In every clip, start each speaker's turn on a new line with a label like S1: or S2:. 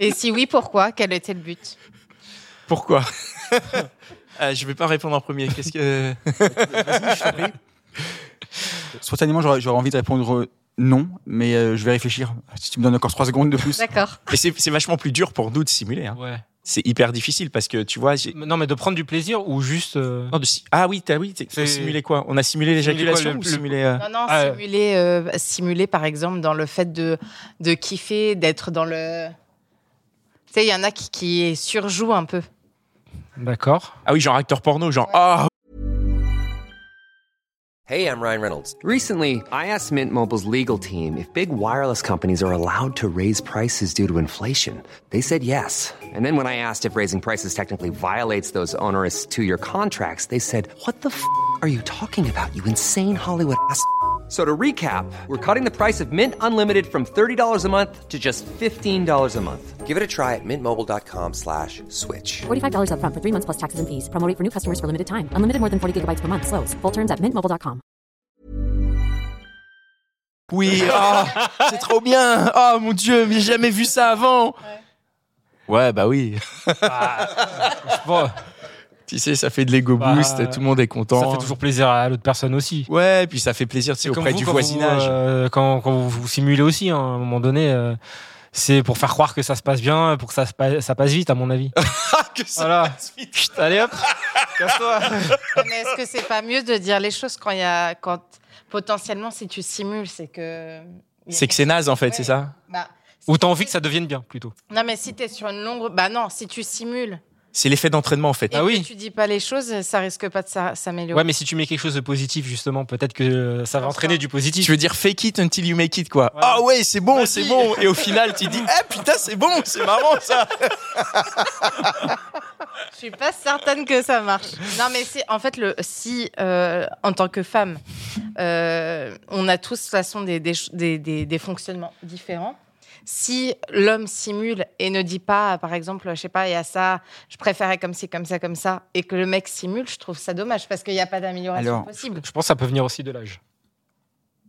S1: Et si oui, pourquoi Quel était le but
S2: Pourquoi Euh, Je vais pas répondre en premier. Qu'est-ce que
S3: Spontanément, j'aurais j'aurais envie de répondre euh, non, mais euh, je vais réfléchir. Si tu me donnes encore trois secondes de plus.
S1: D'accord.
S4: Et c'est c'est vachement plus dur pour nous de simuler. hein.
S2: Ouais.
S4: C'est hyper difficile parce que tu vois, j'ai-
S2: Non, mais de prendre du plaisir ou juste. euh,
S4: Non, de si- Ah oui, t'as oui, t'es-
S2: C'est-
S4: simuler quoi On a simulé
S2: Simuler
S4: l'éjaculation
S2: quoi,
S4: ou
S2: le-
S4: simuler, euh,
S1: Non, non,
S2: Ah,
S1: simuler, euh, simuler, par exemple dans le fait de, de kiffer, d'être dans le... Tu sais, il y en a qui, qui surjouent un peu.
S2: D'accord.
S4: Ah oui, genre acteur porno, genre ah
S5: Hey, I'm Ryan Reynolds. Recently, I asked Mint Mobile's legal team if big wireless companies are allowed to raise prices due to inflation. They said yes. And then when I asked if raising prices technically violates those onerous two year contracts, they said, What the f are you talking about, you insane Hollywood ass? f- a-" So to recap, we're cutting the price of Mint Unlimited from $30 a month to just $15 a month. Give it a try at mintmobile.com slash switch.
S6: $45 up front for three months plus taxes and fees. Promo rate for new customers for limited time. Unlimited more than 40 gigabytes per month. Slows. Full terms at mintmobile.com.
S4: oui, ah, c'est trop bien, oh mon dieu, mais j'ai jamais vu ça avant. Ouais, bah oui.
S2: Bon, euh,
S4: Tu sais, ça fait de l'ego
S2: Bah,
S4: boost, tout le monde est content.
S2: ça fait toujours plaisir à l'autre personne aussi.
S4: Ouais, puis ça fait plaisir, tu sais,
S2: C'est comme
S4: auprès
S2: vous,
S4: du
S2: quand
S4: voisinage.
S2: vous, euh, quand, quand vous vous simulez aussi, hein, à un moment donné, euh, c'est pour faire croire que ça se passe bien, pour que ça, se pa- ça passe vite, à mon avis.
S4: Que ça-
S2: voilà. Chut, allez hop, casse-toi.
S1: Mais est-ce que c'est pas mieux de dire les choses quand il y a... Quand, potentiellement, si tu simules, c'est que...
S4: C'est que c'est naze en fait, c'est ça
S1: Bah,
S2: Ou t'as envie que ça devienne bien, plutôt.
S1: Non, mais si t'es sur une longue... Bah non, si tu simules
S4: C'est l'effet d'entraînement en fait.
S1: et
S2: Ah
S1: que
S2: oui.
S1: tu dis pas les choses, ça risque pas de s'a- s'améliorer.
S2: Ouais, mais si tu mets quelque chose de positif, justement, peut-être que euh, ça va entraîner du positif.
S4: Tu veux dire fake it until you make it quoi.
S2: Ouais.
S4: Ah ouais, c'est bon,
S2: Vas-y.
S4: c'est bon. Et au final, tu dis, ah putain, c'est bon, c'est marrant ça.
S1: Je suis pas certaine que ça marche. Non, mais c'est en fait le si euh, en tant que femme, euh, on a tous de toute façon des, des, ch- des- des- des fonctionnements différents. Si l'homme simule et ne dit pas, par exemple, je sais pas, il y a ça, je préférais comme ci, comme ça, comme ça, et que le mec simule, je trouve ça dommage parce qu'il n'y a pas d'amélioration
S3: Alors,
S1: possible.
S2: Je pense que ça peut venir aussi de l'âge.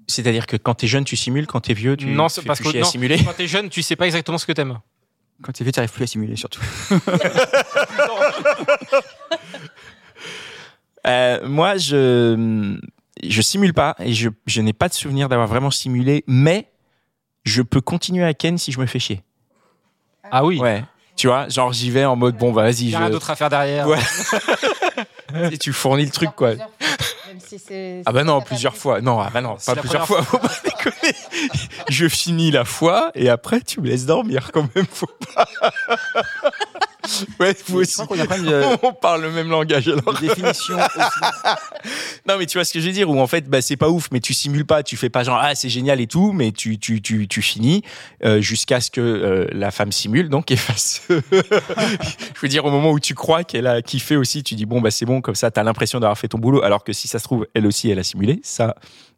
S4: C'est-à-dire que quand t'es jeune, tu simules, quand t'es vieux, tu
S2: Non,
S4: tu
S2: c'est
S4: fais
S2: parce
S4: plus
S2: que
S4: chier à
S2: non,
S4: simuler.
S2: quand t'es jeune, tu sais pas exactement ce que t'aimes.
S3: Quand tu es vieux, tu n'arrives plus à simuler, surtout.
S4: Euh, moi, je je simule pas et je, je n'ai pas de souvenir d'avoir vraiment simulé, mais je peux continuer à Ken si je me fais chier.
S2: Ah oui.
S4: Ouais. Tu vois, genre j'y vais en mode bon, bah vas-y,
S2: Il y a rien
S4: je,
S2: d'autre à faire derrière.
S4: Ouais. et tu fournis le truc quoi.
S1: Plusieurs fois, même si c'est-
S4: Ah bah
S1: ça
S4: non,
S1: t'a pas
S4: plusieurs
S1: plu.
S4: fois. Non, ah bah non,
S2: C'est
S4: pas
S2: la
S4: plusieurs fois.
S2: première
S4: Faut pas déconner. Je finis la fois et après tu me laisses dormir quand même. Faut pas. Ouais, vous
S3: Je
S4: aussi.
S3: crois qu'on a quand même euh,
S4: On parle le même langage alors.
S3: des définitions aussi.
S4: Non, mais tu vois ce que je veux dire, où en fait, bah, c'est pas ouf, mais tu simules pas, tu fais pas genre, ah, c'est génial et tout, mais tu, tu, tu, tu finis euh, jusqu'à ce que euh, la femme simule, donc, et fasse. je veux dire, au moment où tu crois qu'elle a kiffé aussi, tu dis, bon, bah, c'est bon, comme ça, t'as l'impression d'avoir fait ton boulot, alors que si ça se trouve, elle aussi, elle a simulé, ça,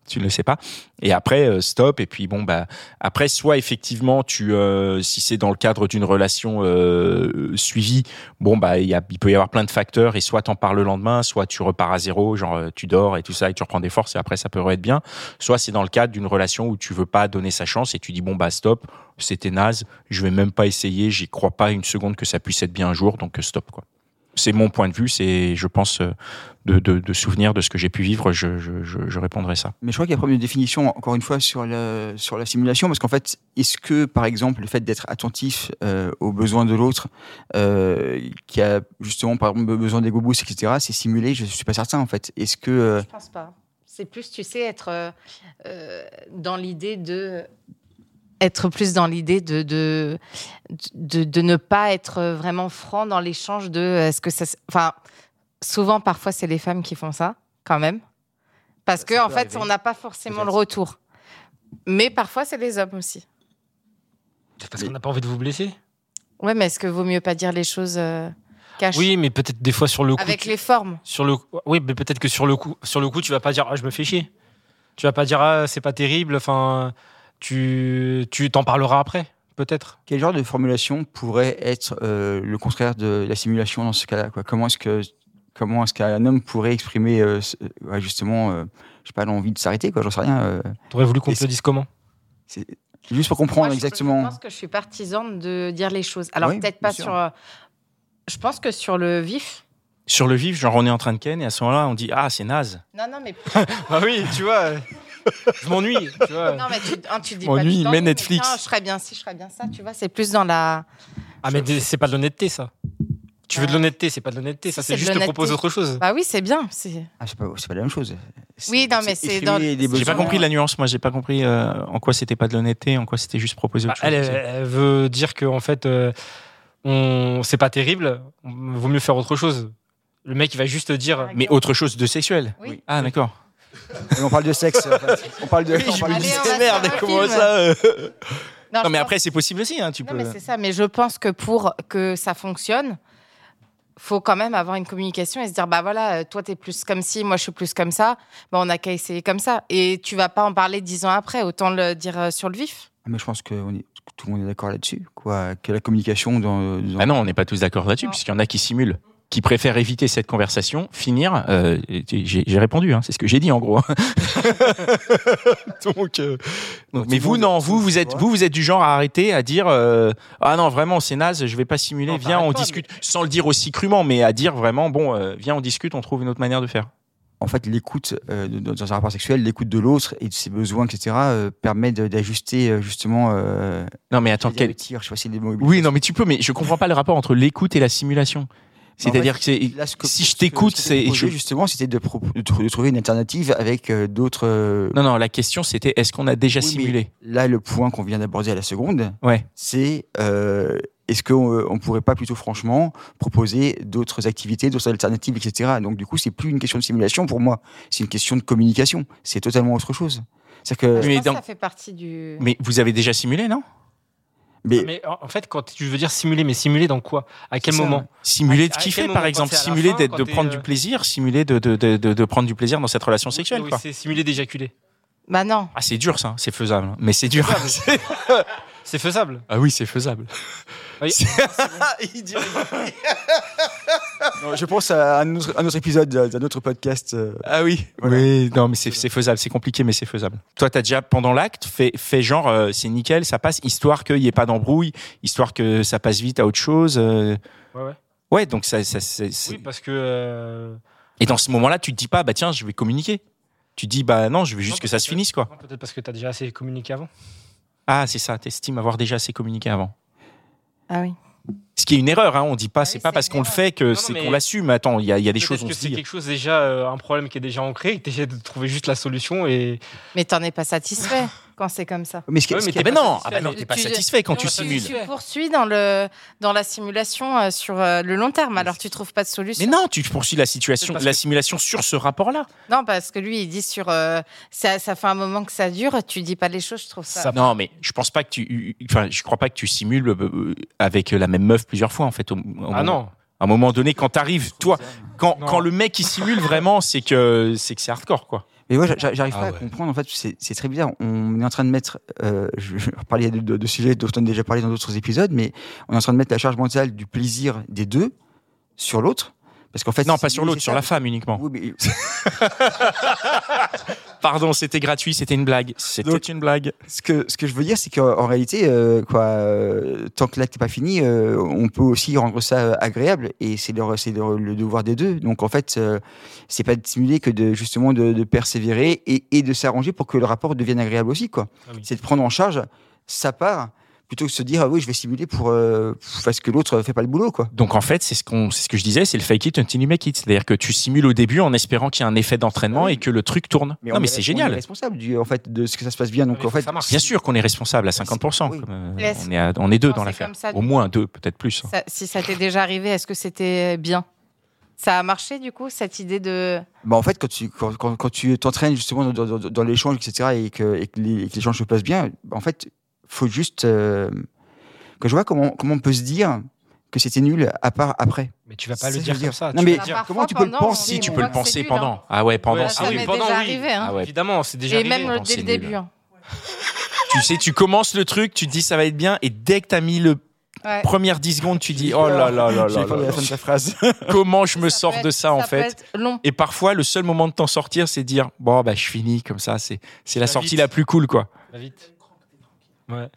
S4: tu ne le sais pas. Et après, euh, stop, et puis bon, bah, après, soit effectivement, tu, euh, si c'est dans le cadre d'une relation euh, suivie, bon bah il y a- il peut y avoir plein de facteurs et soit t'en parles le lendemain, soit tu repars à zéro, genre euh, tu dors et tout ça et tu reprends des forces et après ça peut être bien. Soit c'est dans le cadre d'une relation où tu veux pas donner sa chance et tu dis bon bah stop, c'était naze, je vais même pas essayer, j'y crois pas une seconde que ça puisse être bien un jour, donc euh, stop quoi. C'est mon point de vue, c'est je pense euh, de, de, de souvenir de ce que j'ai pu vivre, je, je, je, je répondrai ça.
S3: Mais je crois qu'il y a un problème de définition, encore une fois, sur la, sur la simulation, parce qu'en fait, est-ce que, par exemple, le fait d'être attentif euh, aux besoins de l'autre, euh, qui a justement, par exemple, besoin d'ego boost, etc., c'est simulé Je ne suis pas certain, en fait. Est-ce que. euh,
S1: Je pense pas. C'est plus, tu sais, être euh, euh, dans l'idée de. Être plus dans l'idée de, de, de, de ne pas être vraiment franc dans l'échange de. euh, Est-ce que ça. se- Enfin, souvent, parfois, c'est les femmes qui font ça, quand même. Parce que,
S3: ça
S1: en
S3: peut
S1: fait,
S3: arriver.
S1: on n'a pas forcément le
S3: Peut-être.
S1: retour. Mais parfois, c'est les hommes aussi.
S2: C'est parce qu'on n'a pas envie de vous blesser.
S1: Ouais, mais est-ce que vaut mieux pas dire les choses euh, cachées
S2: Oui, mais peut-être des fois sur le coup.
S1: Avec
S2: tu-
S1: les formes.
S2: sur le oui mais peut-être que sur le coup sur le coup tu vas pas dire ah je me fais chier tu vas pas dire ah c'est pas terrible enfin tu tu t'en parleras après peut-être
S3: Quel genre de formulation pourrait être euh, le contraire de la simulation dans ce cas-là quoi Comment est-ce que comment est-ce qu'un homme pourrait exprimer euh, ce- ouais, justement, euh, je sais pas, l'envie de s'arrêter quoi J'en sais rien. euh,
S2: t'aurais voulu qu'on
S3: Et
S2: te le
S3: c'est-
S2: dise comment
S3: c'est juste pour comprendre
S1: Moi, je-
S3: exactement.
S1: Je pense que je suis partisane de dire les choses. Alors
S3: Oui,
S1: peut-être
S3: bien
S1: pas
S3: sûr.
S1: sur. euh, Je pense que sur le vif.
S4: Sur le vif, genre on est en train de ken et à ce moment-là, on dit ah c'est naze.
S1: Non, non, mais,
S2: bah oui tu vois je m'ennuie tu vois
S1: non, mais tu, hein, tu dis
S4: Mon
S1: pas. tu
S4: nuit,
S1: t'en
S4: mais
S1: dis,
S4: Netflix.
S1: tiens, je serais bien ci, je serais bien ça. Tu vois, c'est plus dans la.
S2: ah mais des- c'est pas de l'honnêteté ça tu veux de
S1: Ouais.
S2: l'honnêteteté c'est pas de l'honnêteté
S1: Ah.
S2: ça
S1: Si,
S2: c'est
S1: c'est de
S2: juste te propose
S1: l'honnêteté.
S2: autre chose
S1: Bah oui, c'est bien. C'est.
S3: Ah, c'est pas, c'est pas la même chose.
S1: Oui, non, mais c'est dans-
S3: exprimer des
S2: Bah,
S1: J'ai
S4: J'ai pas
S3: besoins.
S4: compris la nuance, moi j'ai pas compris euh, en quoi c'était pas de l'honnêteté, en quoi c'était juste proposer
S2: Bah,
S4: autre
S2: elle,
S4: chose.
S2: elle- elle veut dire que en fait euh, on c'est pas terrible vaut mieux faire autre chose le mec il va juste te dire
S4: Mais autre chose de sexuel.
S1: Oui.
S4: Ah d'accord.
S3: Mais on parle de sexe. en fait. On parle de.
S4: Oui,
S3: on
S4: je
S3: parle
S4: me
S3: de-
S1: Allez, on
S4: disais,
S1: va se
S4: merde,
S1: faire un
S4: comment
S1: film.
S4: ça euh,
S1: je
S4: Non, mais
S1: pense-
S4: après, c'est possible aussi, hein, tu
S1: Non,
S4: peux.
S1: mais c'est ça. Mais je pense que pour que ça fonctionne, faut quand même avoir une communication et se dire bah voilà, euh, toi t'es plus comme ci, moi je suis plus comme ça. Bah on a qu'à essayer comme ça. Et tu vas pas en parler dix ans après. Autant le dire euh, sur le vif.
S3: Ah, Mais je pense que on est- que tout le monde est d'accord là-dessus. Quoi, que la communication dans. dans-
S4: Ah non, on n'est pas tous d'accord là-dessus,
S1: Non.
S4: puisqu'il y en a qui simulent, qui préfèrent éviter cette conversation, finir. euh, et tu- j'ai j'ai répondu, hein, c'est ce que j'ai dit en gros. hein. donc, euh, donc, mais
S3: tout le
S4: vous,
S3: monde-
S4: non, vous, vous êtes,
S3: Ouais.
S4: vous, vous êtes du genre à arrêter, à dire euh, ah non, vraiment, c'est naze, je vais pas simuler.
S2: Non,
S4: viens,
S2: t'arrêtes
S4: on
S2: pas,
S4: discute, sans le dire aussi crûment, mais à dire vraiment, bon, euh, viens, on discute, on trouve une autre manière de faire.
S3: en fait, l'écoute euh, de- dans un rapport sexuel, l'écoute de l'autre et de ses besoins, etc., euh, permet de- d'ajuster euh, justement. Euh,
S4: Non, mais attends,
S3: j'allais dire
S4: quel-
S3: le tir, je sais pas si les mots-
S4: oui, non, mais tu peux, mais je comprends pas le rapport entre l'écoute et la simulation. C'est-à-dire
S3: fait,
S4: que c'est
S3: Là, ce que-
S4: si
S3: ce
S4: je
S3: que-
S4: t'écoute,
S3: ce que
S4: c'est
S3: proposais,
S4: je-
S3: justement, c'était de, pro- de tr- de trouver une alternative avec euh, d'autres. euh,
S4: non, non, la question c'était est-ce qu'on a déjà
S3: Oui, mais
S4: simulé
S3: Là, le point qu'on vient d'aborder à la seconde,
S4: Ouais.
S3: c'est euh, est-ce qu'on euh, on pourrait pas plutôt franchement proposer d'autres activités, d'autres alternatives, etc. Donc du coup, c'est plus une question de simulation pour moi, c'est une question de communication. C'est totalement autre chose. C'est que
S1: je
S4: mais
S1: pense que
S4: dans-
S1: ça fait partie du.
S4: Mais vous avez déjà simulé, non
S3: mais,
S2: mais en en fait quand tu veux dire simuler mais simuler dans quoi à quel
S3: C'est ça,
S2: moment
S3: ouais.
S4: Simuler
S2: À-
S4: de
S2: à
S4: kiffer,
S2: quel
S4: par
S2: moment,
S4: exemple,
S2: quand c'est à la
S4: simuler
S2: fin,
S4: d'être-
S2: quand
S4: de
S2: t'es,
S4: prendre
S2: euh,
S4: du plaisir, simuler de, de, de, de, de prendre du plaisir dans cette relation sexuelle.
S2: Oui,
S4: Quoi.
S2: C'est simuler d'éjaculer.
S1: Bah non.
S4: Ah, c'est dur ça, c'est faisable, mais c'est dur.
S3: Ah,
S2: C'est faisable.
S4: ah oui, c'est faisable.
S2: Oui.
S3: Non, je pense à un autre, un autre épisode d'un d'un autre podcast. euh,
S4: Ah oui,
S3: Voilà.
S4: oui, non, mais c'est c'est faisable, c'est compliqué, mais c'est faisable. Toi, t'as déjà, pendant l'acte, fait, fait genre, euh, c'est nickel, ça passe, histoire qu'il n'y ait pas d'embrouille, histoire que ça passe vite à autre chose. euh.
S2: Ouais, ouais.
S4: Ouais, donc ça. ça c'est- c'est-
S2: Oui, parce que. euh,
S4: Et dans ce moment-là, tu te dis pas, bah tiens, je vais communiquer. Tu te dis, bah non, je veux juste
S2: non,
S4: que ça
S2: parce
S4: se finisse,
S3: Ah.
S4: quoi.
S2: non, Peut-être parce que t'as déjà assez communiqué avant.
S4: Ah, c'est ça, t'estimes avoir déjà assez communiqué avant.
S1: Ah oui.
S4: Ce qui est une erreur, hein, on dit pas,
S1: Ah
S4: c'est
S1: oui,
S4: pas
S1: c'est
S4: parce
S1: une
S4: qu'on le
S1: erreur.
S4: fait que
S2: non,
S4: c'est
S2: mais-
S4: qu'on l'assume. Attends, il y, a- il y a des
S2: Peut-être
S4: choses, on
S2: que
S4: se
S2: c'est
S4: dit.
S2: quelque chose déjà euh, un problème qui est déjà ancré. et que T'essaies de trouver juste la solution et.
S1: Mais t'en es pas satisfait quand c'est comme ça.
S3: Mais ce qui-
S2: Ouais,
S3: ce
S2: mais
S3: qui-
S4: Eh ben
S2: pas
S4: non,
S2: satisfait,
S4: ah ben non,
S2: mais
S4: t'es pas
S1: tu-
S4: satisfait quand tu
S2: tu-
S4: simules.
S1: Tu poursuis dans le dans la simulation euh, sur euh, le long terme. Alors tu trouves pas de solution.
S4: Mais non, tu poursuis la situation,
S2: C'est parce
S4: la
S2: que-
S4: simulation sur ce rapport-là.
S1: Non, parce que lui, il dit sur. euh, ça, ça fait un moment que ça dure, tu dis pas les choses, je trouve ça.
S2: Ça-
S4: Non, mais je pense pas que tu, enfin, je crois pas que tu simules euh, euh, avec la même meuf plusieurs fois en fait. au- au moment-
S2: Ah non.
S4: À un moment donné, quand t'arrives, toi, quand,
S2: Non.
S4: quand le mec il simule vraiment, c'est que c'est que c'est hardcore quoi.
S3: Mais moi, j'a- j'a- j'arrive
S4: Ah
S3: pas
S4: ouais.
S3: à comprendre. En fait, c'est c'est très bizarre. On est en train de mettre. Euh, je je parlais de, de, de sujets dont on a déjà parlé dans d'autres épisodes, mais on est en train de mettre la charge mentale du plaisir des deux sur l'autre. Parce qu'en fait.
S4: Non,
S3: c'est-
S4: pas sur
S3: oui,
S4: l'autre,
S3: c'est
S4: sur
S3: ça.
S4: la femme uniquement.
S3: Oui, mais
S4: Pardon, c'était gratuit, c'était une blague, c'était
S3: Donc-
S4: une blague.
S3: ce que, ce que je veux dire, c'est qu'en en réalité, euh, quoi, euh, tant que l'acte n'est pas fini, euh, on peut aussi rendre ça euh, agréable et c'est leur- c'est leur- le devoir des deux. Donc en fait, euh, c'est pas de simuler que de, justement de, de persévérer et, et de s'arranger pour que le rapport devienne agréable aussi. quoi.
S2: Ah oui.
S3: C'est de prendre en charge sa part plutôt que de se dire ah oui, je vais simuler pour, euh, parce que l'autre fait pas le boulot. quoi.
S4: Donc en fait, c'est ce qu'on, c'est ce que je disais, c'est le fake it until you make it, c'est-à-dire que tu simules au début en espérant qu'il y a un effet d'entraînement
S3: Oui.
S4: et que le truc tourne. non,
S3: on
S4: mais
S3: est-
S4: c'est
S3: On est
S4: génial.
S3: responsable du, en fait, de ce que ça se passe bien. Donc
S2: Mais
S3: en fait,
S2: ça marche.
S4: Bien sûr qu'on est responsable à 50%.
S3: Oui.
S4: comme, euh,
S1: Laisse-
S4: on, est à- on est deux
S1: Non,
S4: dans
S1: c'est
S4: l'affaire.
S1: comme ça,
S4: Au
S1: du
S4: moins deux, peut-être plus.
S1: Ça- si ça t'est déjà arrivé, est-ce que c'était bien Ça a marché du coup, cette idée de.
S3: Bah, en fait, quand tu quand, quand- quand tu t'entraînes justement dans, dans- dans- dans bah, l'échange, etc., et que, et que les- et que l'échange se passe bien, en fait, faut juste, euh, que je vois comment, comment on peut se dire que c'était nul à part après.
S2: Mais tu vas pas le
S3: C'est-
S2: dire
S3: je veux
S2: comme
S3: dire-
S2: ça.
S3: Non,
S2: tu
S3: mais-
S2: vas dire-
S1: Bah, Parfois,
S3: comment tu peux le
S1: pendant, on
S3: penser
S1: dit,
S4: Si, tu
S1: on hein.
S4: peux
S1: voit
S4: le
S1: que
S4: penser
S1: c'est nul,
S4: pendant. Ah ouais, pendant.
S2: Ouais,
S4: c'est
S1: Ça
S2: ah oui,
S4: nul.
S1: m'est
S2: pendant,
S1: déjà
S2: oui.
S1: arrivé. hein.
S4: Ah ouais.
S2: Évidemment, c'est déjà
S1: Et
S2: arrivé.
S1: même
S4: pendant,
S1: dès
S4: c'est
S1: le
S4: nul.
S1: début. hein.
S4: Tu sais, tu commences le truc, tu te dis ça va être bien, et dès que t'as mis le
S1: Ouais.
S4: première 10 secondes, tu dis oh là là là là,
S3: J'ai pas
S4: là
S3: mis la
S4: là.
S3: fin de ta phrase.
S4: Comment je me
S1: Ça
S4: sors
S1: peut
S4: de
S1: être-
S4: ça en
S1: peut
S4: fait
S1: être long.
S4: Et parfois, le seul moment de t'en sortir, c'est de dire bon bah je finis comme ça. C'est c'est la
S2: Va
S4: sortie
S2: vite.
S4: la plus cool quoi.
S2: Va Bah, vite. Ouais.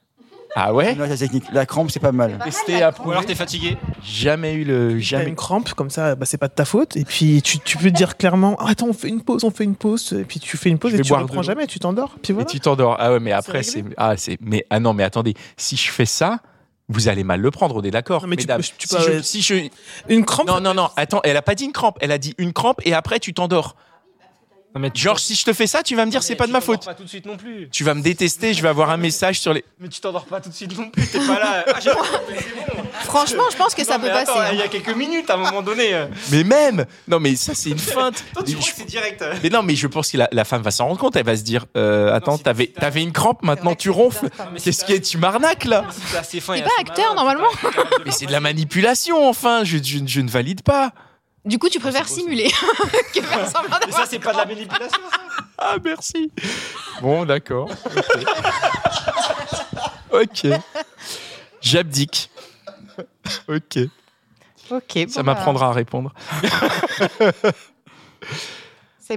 S4: Ah ouais
S3: Non, la technique, la crampe, c'est pas mal.
S4: Testé, approuvé.
S2: Ou alors t'es fatigué.
S4: Jamais eu le
S7: Jamais
S4: jamais.
S7: une crampe, comme ça, bah, c'est pas de ta faute. Et puis tu, tu peux te dire clairement, Ah, attends, on fait une pause, on fait une pause. Et puis tu fais une pause
S4: Je
S7: et
S4: vais
S7: tu
S4: boire de
S7: reprends
S4: l'eau.
S7: jamais, tu t'endors. Puis
S4: Et
S7: voilà.
S4: tu t'endors. Ah ouais, mais après
S7: C'est
S4: c'est
S7: réglé.
S4: ah c'est mais ah non mais attendez, si je fais ça, vous allez mal le prendre, on est d'accord.
S7: Non, mais tu
S4: mesdames.
S7: peux- tu
S4: Si
S7: peux- euh,
S4: je- si je
S7: Une crampe.
S4: Non, non, non, attends, elle a pas dit une crampe, elle a dit une crampe et après tu t'endors.
S2: Non, mais tu-
S4: Genre, si je te fais ça, tu vas me dire, c'est
S2: mais
S4: pas de
S2: tu
S4: ma
S2: t'endors
S4: faute.
S2: Pas tout de suite non plus.
S4: Tu vas me détester, je vais avoir un message sur les.
S2: Mais tu t'endors pas tout de suite non plus. T'es pas là. Ah, j'ai-
S1: Franchement, je pense que ça
S2: Non,
S1: peut
S2: mais
S1: passer.
S2: attends, Il y
S1: hein.
S2: a quelques minutes à un moment donné. euh.
S4: Mais même Non, mais ça, c'est une feinte.
S2: Toi, tu
S4: mais,
S2: crois
S4: je-
S2: que c'est direct. euh.
S4: mais non, mais je pense que la, la femme va s'en rendre compte, elle va se dire, euh, attends,
S2: si-
S4: t'avais
S2: si t'as-
S4: t'avais une crampe, maintenant
S1: vrai que
S4: tu
S1: c'est
S4: ronfles.
S1: bizarre, quand même.
S4: Qu'est-ce qui est Tu m'arnaques là
S2: C'est assez fin et
S8: T'es
S2: assez
S8: pas acteur,
S2: malin,
S8: normalement.
S2: t'es pas capable
S4: Mais c'est de la manipulation, enfin, je, je- je ne valide pas.
S8: Du coup, tu préfères simuler que faire semblant
S2: Mais
S8: d'avoir.
S2: ça, c'est pas de la manipulation. ça.
S4: Ah, merci. Bon, d'accord. Ok. Ok. J'abdique. Ok.
S1: Ok,
S4: Ça
S1: bon, bah,
S4: m'apprendra à répondre.
S1: C'est